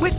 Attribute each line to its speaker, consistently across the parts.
Speaker 1: With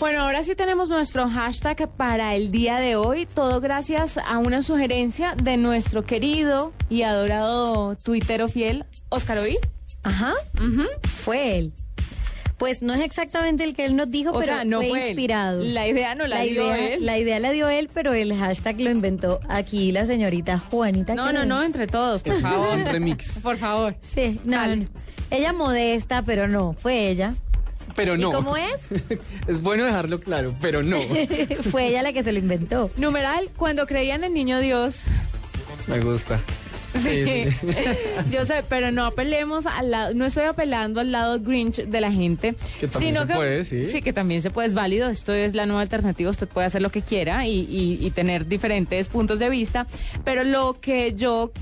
Speaker 2: Bueno, ahora sí tenemos nuestro hashtag para el día de hoy, todo gracias a una sugerencia de nuestro querido y adorado tuitero fiel, Oscar Oí.
Speaker 3: Ajá, fue él. Pues no es exactamente el que él nos dijo,
Speaker 2: O
Speaker 3: pero
Speaker 2: sea, no
Speaker 3: fue,
Speaker 2: fue él.
Speaker 3: inspirado.
Speaker 2: La idea no la dio
Speaker 3: idea,
Speaker 2: él.
Speaker 3: La idea la dio él, pero el hashtag lo inventó aquí la señorita Juanita.
Speaker 2: No, no,
Speaker 3: Quevedo.
Speaker 2: no, entre todos, por favor.
Speaker 4: Siempre mix.
Speaker 2: Por favor.
Speaker 3: Sí, no,
Speaker 2: Vale.
Speaker 3: no. Ella modesta, pero no, fue ella.
Speaker 4: Pero no.
Speaker 3: ¿Y cómo es?
Speaker 4: Es bueno dejarlo claro, pero no.
Speaker 3: fue ella la que se lo inventó.
Speaker 2: Numeral, cuando creían en Niño Dios.
Speaker 4: Me gusta.
Speaker 2: Sí. Yo sé, pero no apelemos al lado, no estoy apelando al lado Grinch de la gente.
Speaker 4: Que también se puede, sí.
Speaker 2: que también se puede, es válido. Esto es la nueva alternativa, usted puede hacer lo que quiera y, y- y tener diferentes puntos de vista. Pero lo que yo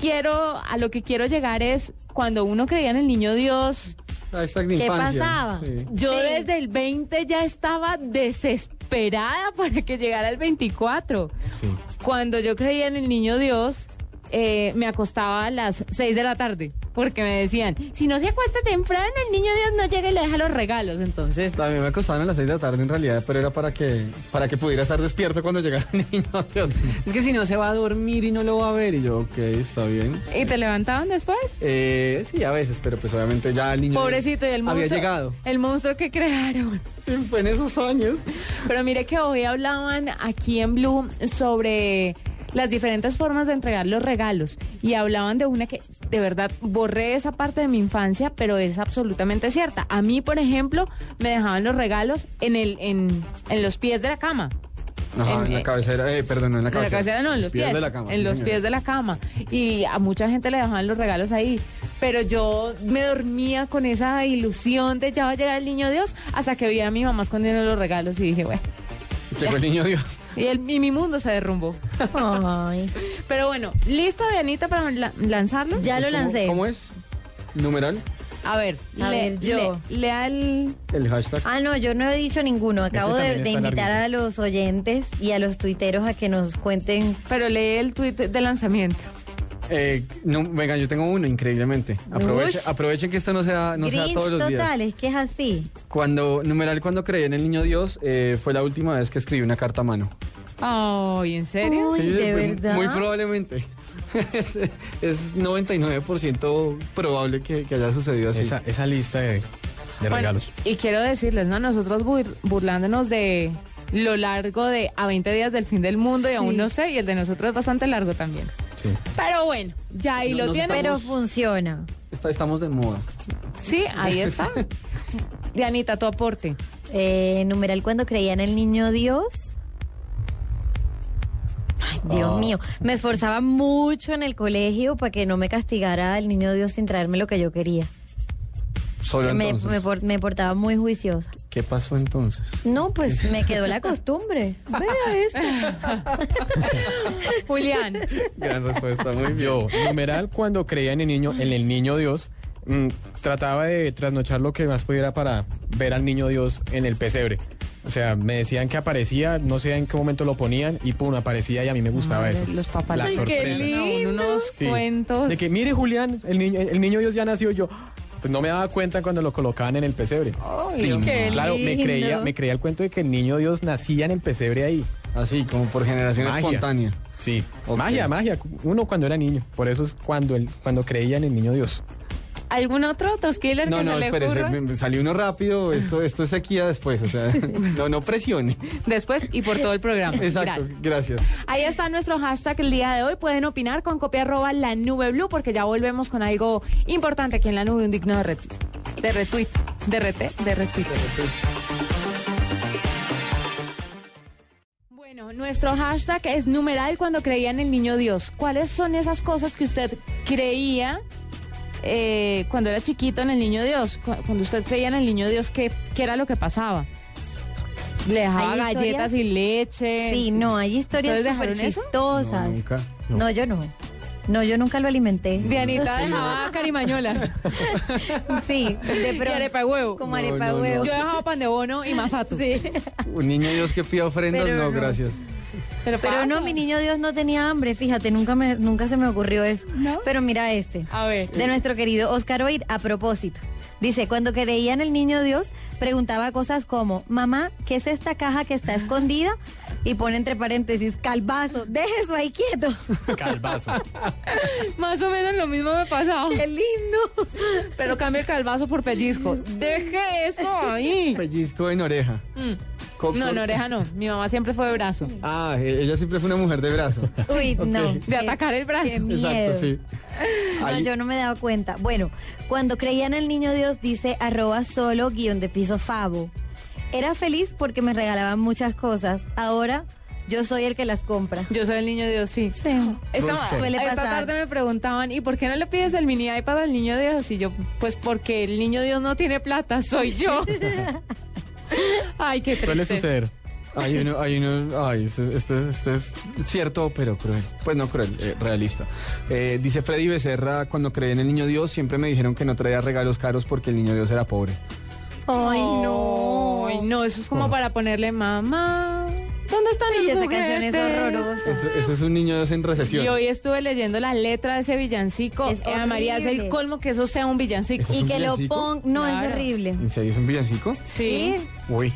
Speaker 2: quiero, a lo que quiero llegar es cuando uno creía en el niño Dios,
Speaker 4: Hashtag de
Speaker 3: ¿Qué
Speaker 4: infancia.
Speaker 3: pasaba?
Speaker 4: Sí.
Speaker 2: yo
Speaker 3: Sí.
Speaker 2: desde el 20 ya estaba desesperada para que llegara el 24.
Speaker 4: Sí.
Speaker 2: Cuando yo creía en el niño Dios, eh, me acostaba a las 6 de la tarde, porque me decían, si no se acuesta temprano, el niño Dios no llega y le deja los regalos. Entonces,
Speaker 4: También me acostaban a las 6 de la tarde en realidad, pero era para que para que pudiera estar despierto cuando llegara el niño. Dios. Es que si no se va a dormir y no lo va a ver. Y yo, ok, está bien.
Speaker 2: ¿y te levantaban después?
Speaker 4: Eh, sí, a veces, pero pues obviamente ya el niño
Speaker 2: Pobrecito, y el monstruo.
Speaker 4: había llegado.
Speaker 2: El monstruo que crearon.
Speaker 4: Sí, fue en esos años.
Speaker 2: Pero mire que hoy hablaban aquí en Blue sobre las diferentes formas de entregar los regalos y hablaban de una que de verdad borré esa parte de mi infancia, pero es absolutamente cierta. A mí, por ejemplo, me dejaban los regalos en el en, en los pies de la cama.
Speaker 4: Ajá, en, la
Speaker 2: eh,
Speaker 4: cabecera, eh, perdón, no en la
Speaker 2: En la
Speaker 4: cabecera.
Speaker 2: cabecera no, en los pies.
Speaker 4: de la cama.
Speaker 2: en
Speaker 4: sí,
Speaker 2: los
Speaker 4: señora.
Speaker 2: pies de la cama. Y a mucha gente le dejaban los regalos ahí. Pero yo me dormía con esa ilusión de ya va a llegar el niño Dios hasta que vi a mi mamá escondiendo los regalos y dije, bueno.
Speaker 4: Llegó el niño Dios.
Speaker 2: Y, el- y mi mundo se derrumbó.
Speaker 3: Ay,
Speaker 2: Pero bueno, ¿lista de Anita para la- lanzarlo?
Speaker 3: ya lo
Speaker 4: ¿Cómo-
Speaker 3: lancé.
Speaker 4: ¿Cómo es? Numeral,
Speaker 2: A ver,
Speaker 3: A ver, yo.
Speaker 2: le- lea el...
Speaker 4: el hashtag.
Speaker 3: Ah, no, yo no he dicho ninguno. Acabo de,
Speaker 4: también
Speaker 3: de
Speaker 4: está
Speaker 3: invitar a
Speaker 4: larguito.
Speaker 3: los oyentes y a los tuiteros a que nos cuenten.
Speaker 2: Pero lee el tuit de lanzamiento.
Speaker 4: Eh, no, venga, yo tengo uno, increíblemente. Aprovechen,
Speaker 3: Ush.
Speaker 4: aprovechen que esto no sea, no sea
Speaker 3: Grinch
Speaker 4: todos los días.
Speaker 3: total, es que es así.
Speaker 4: Cuando, numeral, cuando creí en el niño Dios, eh, fue la última vez que escribí una carta a mano.
Speaker 2: Ay, ¿en serio?
Speaker 3: Uy, ¿de
Speaker 4: fue mu-
Speaker 3: verdad?
Speaker 4: Muy probablemente. es, es 99% probable que, que haya sucedido así.
Speaker 5: Esa, esa lista de, de
Speaker 2: Bueno,
Speaker 5: regalos.
Speaker 2: Y quiero decirles, ¿no? Nosotros bur- burlándonos de lo largo de a 20 días del fin del mundo y aún no sé, y el de nosotros es bastante largo también.
Speaker 5: Sí.
Speaker 2: Pero bueno, ya ahí
Speaker 4: No,
Speaker 2: lo
Speaker 4: nos
Speaker 2: tienen.
Speaker 3: Pero funciona.
Speaker 4: Está- estamos de moda.
Speaker 2: Sí, ahí está. Dianita, tu aporte.
Speaker 3: Eh, numeral cuando creía en el niño Dios. Ay, Dios
Speaker 4: Ah.
Speaker 3: mío, me esforzaba mucho en el colegio para que no me castigara el niño Dios sin traerme lo que yo quería.
Speaker 4: Solo
Speaker 3: Me,
Speaker 4: entonces.
Speaker 3: me por- me portaba muy juiciosa.
Speaker 4: ¿Qué pasó entonces?
Speaker 3: No, pues me quedó la costumbre. Vea esto.
Speaker 2: Julián.
Speaker 4: Gran respuesta, muy bien.
Speaker 5: Yo, numeral, cuando creía en el niño, en el niño Dios, mm, trataba de trasnochar lo que más pudiera para ver al niño Dios en el pesebre. O sea, me decían que aparecía, no sé en qué momento lo ponían, y pum, aparecía y a mí me gustaba eso.
Speaker 2: Los papás
Speaker 5: La
Speaker 2: le
Speaker 5: sorpresa.
Speaker 2: cuentan a uno unos
Speaker 5: Sí.
Speaker 2: cuentos.
Speaker 5: De que, mire, Julián, el niño, el niño Dios ya nació. Yo, pues no me daba cuenta cuando lo colocaban en el pesebre.
Speaker 3: qué
Speaker 5: claro, me
Speaker 3: lindo.
Speaker 5: creía, me creía el cuento de que el niño Dios nacía en el pesebre ahí.
Speaker 4: Así, como por generación
Speaker 5: Magia.
Speaker 4: espontánea.
Speaker 5: Sí.
Speaker 4: Ok.
Speaker 5: Magia, magia. Uno cuando era niño. Por eso es cuando, el, cuando creía en el niño Dios.
Speaker 2: ¿Algún otro Troskiller
Speaker 4: No,
Speaker 2: que
Speaker 4: no,
Speaker 2: se le ocurra?
Speaker 4: espérese, salió uno rápido, esto, esto es sequía después, o sea, no, no presione.
Speaker 2: Después y por todo el programa.
Speaker 4: Exacto,
Speaker 2: Gracias.
Speaker 4: gracias.
Speaker 2: Ahí está nuestro hashtag el día de hoy. Pueden opinar con copia arroba la nube blue porque ya volvemos con algo importante aquí en la nube, un digno de retweet. De retweet, de rete, de retweet. Bueno, nuestro hashtag es numeral cuando creía en el niño Dios. ¿Cuáles son esas cosas que usted creía eh, cuando era chiquito en el niño Dios? Cu- Cuando usted creía en el niño Dios, ¿qué, qué era lo que pasaba? Le dejaba
Speaker 3: ¿Hay
Speaker 2: galletas
Speaker 3: historias?
Speaker 2: y leche.
Speaker 3: Sí, no, hay historias
Speaker 2: ¿Ustedes
Speaker 3: súper
Speaker 2: dejaron eso?
Speaker 3: chistosas.
Speaker 4: No, nunca,
Speaker 3: No.
Speaker 4: no.
Speaker 3: yo no. No, yo nunca lo alimenté.
Speaker 2: Dianita dejaba carimañolas.
Speaker 3: Sí, de
Speaker 2: Y
Speaker 3: pronto.
Speaker 2: arepa de huevo.
Speaker 3: Como
Speaker 4: No,
Speaker 3: arepa de
Speaker 4: no, no.
Speaker 3: huevo.
Speaker 2: Yo dejaba pan de bono y masato.
Speaker 3: Sí.
Speaker 4: Un niño Dios que pida ofrendas,
Speaker 3: Pero
Speaker 4: no,
Speaker 3: no.
Speaker 4: gracias.
Speaker 3: Pero no, mi niño Dios no tenía hambre, fíjate, nunca, me, nunca se me ocurrió eso. Pero mira este.
Speaker 2: A ver.
Speaker 3: De nuestro querido Oscar Oir, a propósito. Dice, cuando creían el niño Dios, preguntaba cosas como, mamá, ¿qué es esta caja que está escondida? Y pone entre paréntesis, calvazo, deje eso ahí quieto.
Speaker 5: Calvazo.
Speaker 2: Más o menos lo mismo me pasaba.
Speaker 3: ¡Qué lindo!
Speaker 2: Pero cambio el calvazo por pellizco. Deje eso ahí.
Speaker 4: Pellizco en oreja. Co-
Speaker 2: Mm. No,
Speaker 4: co-
Speaker 2: no, oreja no. Mi mamá siempre fue de brazo.
Speaker 4: Ah, e- ella siempre fue una mujer de brazo.
Speaker 3: Uy, no.
Speaker 4: Ok.
Speaker 2: De atacar el brazo.
Speaker 3: Qué miedo.
Speaker 4: Exacto, sí.
Speaker 3: No,
Speaker 4: Ahí-
Speaker 3: yo no me daba cuenta. Bueno, cuando creían el niño Dios, dice arroba solo guión de piso favo. Era feliz porque me regalaban muchas cosas. Ahora yo soy el que las compra.
Speaker 2: Yo soy el niño Dios, sí. Esta,
Speaker 4: Rooster.
Speaker 3: Suele
Speaker 2: esta
Speaker 3: pasar.
Speaker 2: tarde me preguntaban, ¿y por qué no le pides el mini iPad al niño Dios? Y yo, pues porque el niño Dios no tiene plata, soy yo. Ay, qué triste.
Speaker 5: Suele suceder.
Speaker 4: Hay uno, hay uno, ay, este, este- este es cierto, pero cruel. Pues no cruel, eh, realista. Eh, dice Freddy Becerra, cuando creí en el niño Dios, siempre me dijeron que no traía regalos caros porque el niño Dios era pobre.
Speaker 3: Ay, no.
Speaker 2: Ay, no, eso es como para ponerle mamá. ¿Dónde están los
Speaker 3: Y esa
Speaker 2: juguetes?
Speaker 3: canción es horrorosa.
Speaker 4: Eso, eso es un niño Dios en recesión.
Speaker 2: Y hoy estuve leyendo la letra de ese villancico.
Speaker 3: Es
Speaker 2: Eh, María, es el
Speaker 3: horrible.
Speaker 2: colmo que eso sea un villancico.
Speaker 4: ¿Es
Speaker 3: Y
Speaker 4: un
Speaker 3: que lo
Speaker 4: villancico?
Speaker 3: pongan... No, es
Speaker 2: Claro.
Speaker 3: horrible.
Speaker 4: ¿En serio es un villancico?
Speaker 2: Sí.
Speaker 5: Uy,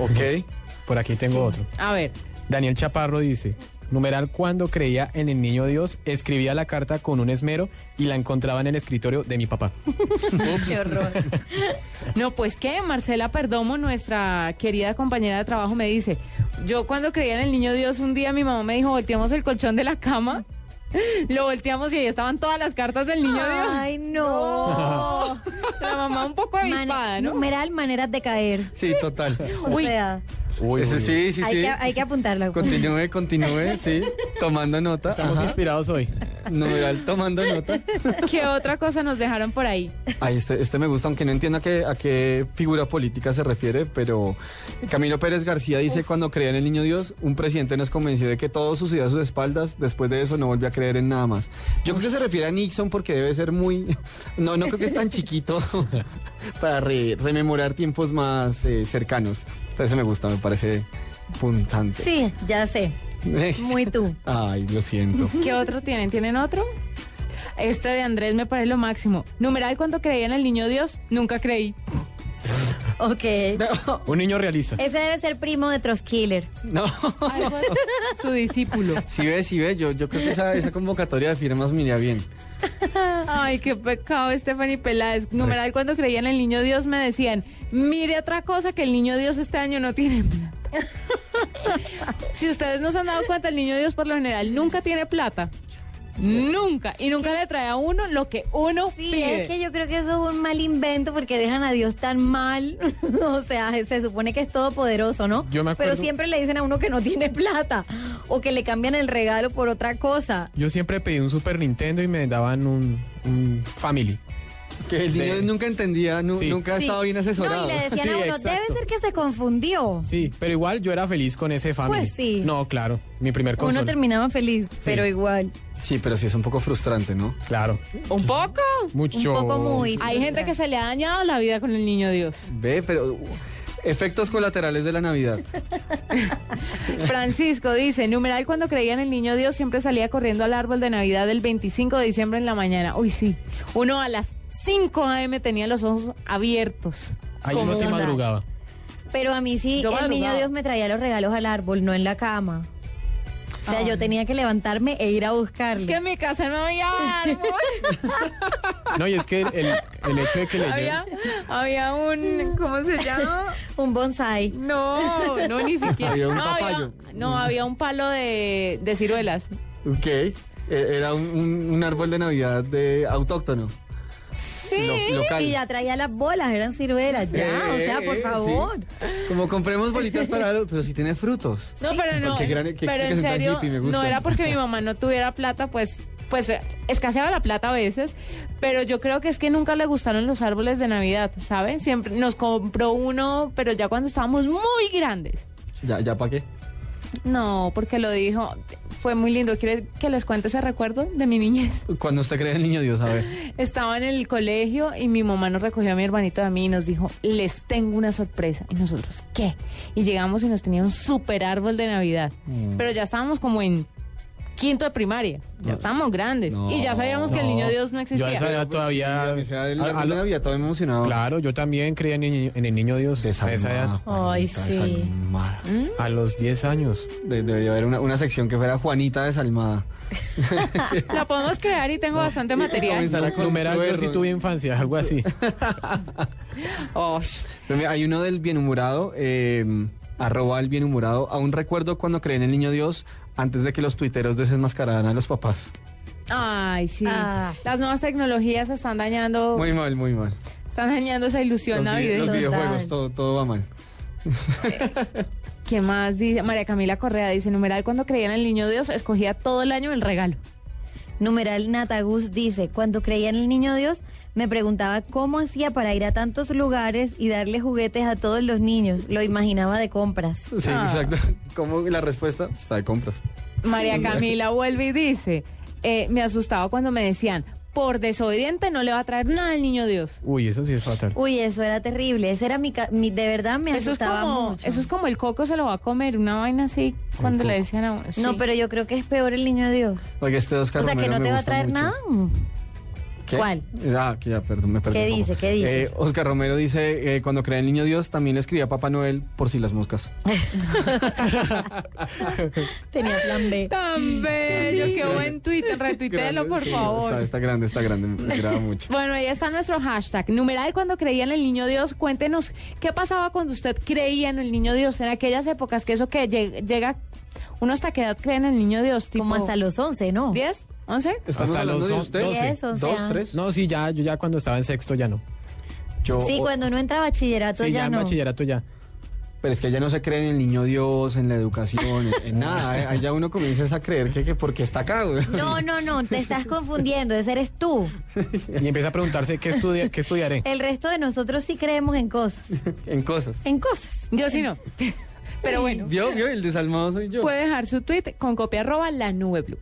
Speaker 4: Ok.
Speaker 5: por aquí tengo otro.
Speaker 2: A ver,
Speaker 5: Daniel Chaparro dice, numeral cuando creía en el niño Dios, escribía la carta con un esmero y la encontraba en el escritorio de mi papá.
Speaker 3: Qué horror.
Speaker 2: no, pues que Marcela Perdomo, nuestra querida compañera de trabajo, me dice, yo cuando creía en el niño Dios, un día mi mamá me dijo, volteamos el colchón de la cama, lo volteamos y ahí estaban todas las cartas del niño Dios.
Speaker 3: Ay, no.
Speaker 2: La mamá un poco avispada,
Speaker 3: Mane-
Speaker 2: ¿no?
Speaker 3: Numeral, maneras de caer.
Speaker 4: Sí, total.
Speaker 3: O
Speaker 2: Uy.
Speaker 3: sea,
Speaker 5: Uy,
Speaker 4: Ese
Speaker 5: uy, uy.
Speaker 4: sí, sí,
Speaker 3: hay,
Speaker 4: sí.
Speaker 3: que, hay que apuntarla.
Speaker 4: Continúe, continúe, sí. Tomando nota.
Speaker 5: Estamos
Speaker 4: Ajá.
Speaker 5: inspirados hoy.
Speaker 4: Numeral tomando nota.
Speaker 2: ¿Qué otra cosa nos dejaron por ahí?
Speaker 4: Ay, este, este me gusta, aunque no entiendo a qué, a qué figura política se refiere, pero Camilo Pérez García dice, cuando creía en el niño Dios, un presidente nos convenció de que todo sucedía a sus espaldas, después de eso no volvió a creer en nada más. Yo creo que se refiere a Nixon porque debe ser muy... No, no creo que es tan chiquito para re- rememorar tiempos más eh, cercanos. Entonces me gusta, me parece puntante.
Speaker 3: Sí, ya sé. Muy tú.
Speaker 4: Ay, lo siento.
Speaker 2: ¿Qué otro tienen? ¿Tienen otro? Este de Andrés me parece lo máximo. Numeral, cuando creía en el niño Dios, nunca creí.
Speaker 3: Ok.
Speaker 5: Un niño realista.
Speaker 3: Ese debe ser primo de Troskiller.
Speaker 4: No.
Speaker 2: Algo así. Su discípulo.
Speaker 4: Si ve, si ve, yo, yo creo que esa, esa convocatoria de firmas mira bien.
Speaker 2: Ay, qué pecado, Stephanie Peláez. Numeral, cuando creía en el niño Dios, me decían, mire otra cosa que el niño Dios este año no tiene plata. si ustedes no se han dado cuenta, el niño Dios por lo general nunca tiene plata. Nunca. Y nunca le trae a uno lo que uno
Speaker 3: Sí,
Speaker 2: pide.
Speaker 3: es que yo creo que eso es un mal invento porque dejan a Dios tan mal. o sea, se supone que es todopoderoso, ¿no?
Speaker 5: Yo me acuerdo-
Speaker 3: Pero siempre le dicen a uno que no tiene plata o que le cambian el regalo por otra cosa.
Speaker 5: Yo siempre pedí un Super Nintendo y me daban un, un Family.
Speaker 4: Que el niño
Speaker 5: De-
Speaker 4: nunca entendía, nu-
Speaker 5: Sí.
Speaker 4: nunca ha
Speaker 3: Sí.
Speaker 4: estado bien asesorado.
Speaker 3: No, y le decían
Speaker 5: Sí,
Speaker 3: a uno,
Speaker 5: exacto.
Speaker 3: debe ser que se confundió.
Speaker 5: Sí, pero igual yo era feliz con ese Family.
Speaker 3: Pues sí.
Speaker 5: No, claro, mi primer consola.
Speaker 3: Uno terminaba feliz, pero igual.
Speaker 4: Sí, pero sí es un poco frustrante, ¿no?
Speaker 5: Claro,
Speaker 2: Un poco.
Speaker 5: mucho.
Speaker 3: Un poco muy.
Speaker 2: Hay gente que se le ha dañado la vida con el niño Dios.
Speaker 4: Ve, pero uh, efectos colaterales de la Navidad.
Speaker 2: Francisco dice, numeral cuando creía en el niño Dios siempre salía corriendo al árbol de Navidad del 25 de diciembre en la mañana. Uy, sí. Uno a las 5 a.m. tenía los ojos abiertos.
Speaker 5: Ahí uno se
Speaker 2: Como una-
Speaker 5: madrugaba.
Speaker 3: Pero a mí sí,
Speaker 2: Yo
Speaker 3: el niño
Speaker 2: madrugaba.
Speaker 3: Dios me traía los regalos al árbol, no en la cama. O sea, yo tenía que levantarme e ir a buscarlo.
Speaker 2: Que en mi casa no había árbol.
Speaker 5: No, y es que el, el hecho de que le
Speaker 2: había,
Speaker 5: lleven-
Speaker 2: había un... ¿Cómo se llama?
Speaker 3: Un bonsai.
Speaker 2: No, no, ni siquiera.
Speaker 4: Había un
Speaker 2: No,
Speaker 4: papayo.
Speaker 2: no, había un palo de, de ciruelas.
Speaker 4: Ok. e- Era un, un- un árbol de Navidad de autóctono.
Speaker 2: Sí.
Speaker 4: lo- local.
Speaker 3: Y ya traía las bolas, eran ciruelas, ya, o
Speaker 4: Eh,
Speaker 3: sea,
Speaker 4: eh,
Speaker 3: por
Speaker 4: eh,
Speaker 3: favor.
Speaker 4: sí. Como compremos bolitas para algo, pero si tiene frutos.
Speaker 2: No, pero no.
Speaker 4: Qué gran- qué-
Speaker 2: pero
Speaker 4: qué
Speaker 2: en
Speaker 4: sensación
Speaker 2: serio,
Speaker 4: hippie, me gusta.
Speaker 2: no era porque mi mamá no tuviera plata, pues pues eh, escaseaba la plata a veces, pero yo creo que es que nunca le gustaron los árboles de Navidad, ¿saben? Siempre nos compró uno, pero ya cuando estábamos muy grandes.
Speaker 4: ¿Ya, ya para qué?
Speaker 2: No, porque lo dijo, fue muy lindo. ¿Quiere que les cuente ese recuerdo de mi niñez?
Speaker 4: Cuando usted cree en el niño Dios, a ver.
Speaker 2: Estaba en el colegio y mi mamá nos recogió a mi hermanito y a mí y nos dijo, les tengo una sorpresa. Y nosotros, ¿qué? Y llegamos y nos tenía un super árbol de Navidad. Pero ya estábamos como en quinto de primaria. Ya estábamos grandes.
Speaker 4: Mm. No.
Speaker 2: y ya sabíamos que el niño Dios no
Speaker 5: Yo
Speaker 2: existía.
Speaker 5: a esa edad todavía.
Speaker 4: Pues Sí, a él-
Speaker 5: a-
Speaker 4: a
Speaker 5: a
Speaker 4: él
Speaker 5: lo-
Speaker 4: me había todo emocionado.
Speaker 5: claro, yo también creía en, el niño- en el niño Dios. A esa edad,
Speaker 3: Ay, sí.
Speaker 5: a los 10 años.
Speaker 4: De- debería haber una, una sección que fuera Juanita desalmada.
Speaker 2: La podemos crear y tengo bastante material.
Speaker 4: Comenzará con
Speaker 5: Numeral yo
Speaker 4: Truerro.
Speaker 5: sí tuve infancia, algo así.
Speaker 2: Oh,
Speaker 4: Pero mira, Hay uno del bienhumorado, eh, arroba el bienhumorado. Aún recuerdo cuando creí en el niño Dios antes de que los tuiteros desenmascararan a los papás.
Speaker 2: ay, sí.
Speaker 3: Ah.
Speaker 2: Las nuevas tecnologías están dañando,
Speaker 4: Muy mal, muy mal.
Speaker 2: están dañando esa
Speaker 4: Los,
Speaker 2: ilusión
Speaker 4: vi- los
Speaker 2: navideña.
Speaker 3: Oh. Total.
Speaker 4: videojuegos, todo, todo va mal.
Speaker 2: ¿Qué más dice? María Camila Correa dice, numeral, cuando creía en el niño Dios, escogía todo el año el regalo.
Speaker 3: Numeral Natagus dice, cuando creía en el niño Dios, me preguntaba cómo hacía para ir a tantos lugares y darle juguetes a todos los niños. Lo imaginaba de compras.
Speaker 4: Sí,
Speaker 2: Ah.
Speaker 4: exacto. ¿Cómo la respuesta? Está de compras.
Speaker 2: María Camila vuelve y dice, eh, me asustaba cuando me decían, por desobediente no le va a traer nada al niño Dios.
Speaker 5: Uy, eso sí es fatal.
Speaker 3: Uy, eso era terrible. Ese era mi, ca- mi- de verdad me
Speaker 2: Eso es,
Speaker 3: asustaba
Speaker 2: como,
Speaker 3: mucho.
Speaker 2: eso es como el coco se lo va a comer, una vaina así, cuando le decían a uno. sí.
Speaker 3: No, pero yo creo que es peor el niño Dios.
Speaker 4: Porque este Oscar
Speaker 3: O sea, que no
Speaker 4: Romero me
Speaker 3: te va a
Speaker 4: gusta
Speaker 3: traer
Speaker 4: mucho.
Speaker 3: nada.
Speaker 4: ¿Qué?
Speaker 3: ¿Cuál?
Speaker 4: Ah, que ya, perdón, me perdí.
Speaker 3: ¿Qué
Speaker 4: un poco.
Speaker 3: dice? ¿Qué dice?
Speaker 4: Eh, Oscar Romero dice, eh, cuando crea el niño Dios, también le escribía a Papá Noel por si las moscas.
Speaker 3: Tenía plan B.
Speaker 2: Tan bello, qué buen tweet, retuitelo, por
Speaker 4: Sí,
Speaker 2: favor.
Speaker 4: Está, está grande, está grande, me agrada mucho.
Speaker 2: Bueno, ahí está nuestro hashtag. Numeral cuando creía en el niño Dios. Cuéntenos qué pasaba cuando usted creía en el niño Dios en aquellas épocas, que eso que lleg- llega, uno hasta qué edad cree en el niño Dios, tipo
Speaker 3: Como hasta los 11, ¿no?
Speaker 2: 10, 11.
Speaker 4: ¿Estamos
Speaker 5: Hasta
Speaker 4: hablando
Speaker 5: los
Speaker 4: de
Speaker 5: dos-
Speaker 4: usted?
Speaker 5: doce.
Speaker 3: Diez, once
Speaker 4: ¿Dos,
Speaker 3: años.
Speaker 4: tres?
Speaker 5: No, sí, ya, yo ya cuando estaba en sexto ya no.
Speaker 4: Yo,
Speaker 3: Sí,
Speaker 4: o-
Speaker 3: cuando no entra a bachillerato
Speaker 5: Sí,
Speaker 3: ya,
Speaker 5: ya en
Speaker 3: no.
Speaker 5: bachillerato ya.
Speaker 4: Pero es que ya no se cree en el niño Dios, en la educación, en, en nada. ¿eh? Ahí ya uno comienza a creer que, que porque está acá, güey.
Speaker 3: No, no, no, te estás confundiendo, ese eres tú.
Speaker 5: Y empieza a preguntarse qué, estudia, qué estudiaré.
Speaker 3: El resto de nosotros sí creemos en cosas,
Speaker 4: En cosas.
Speaker 3: en cosas.
Speaker 2: Yo sí no. Pero bueno,
Speaker 4: Vio, vio, el desalmado soy yo.
Speaker 2: puede dejar su tweet con copia arroba la nube blue.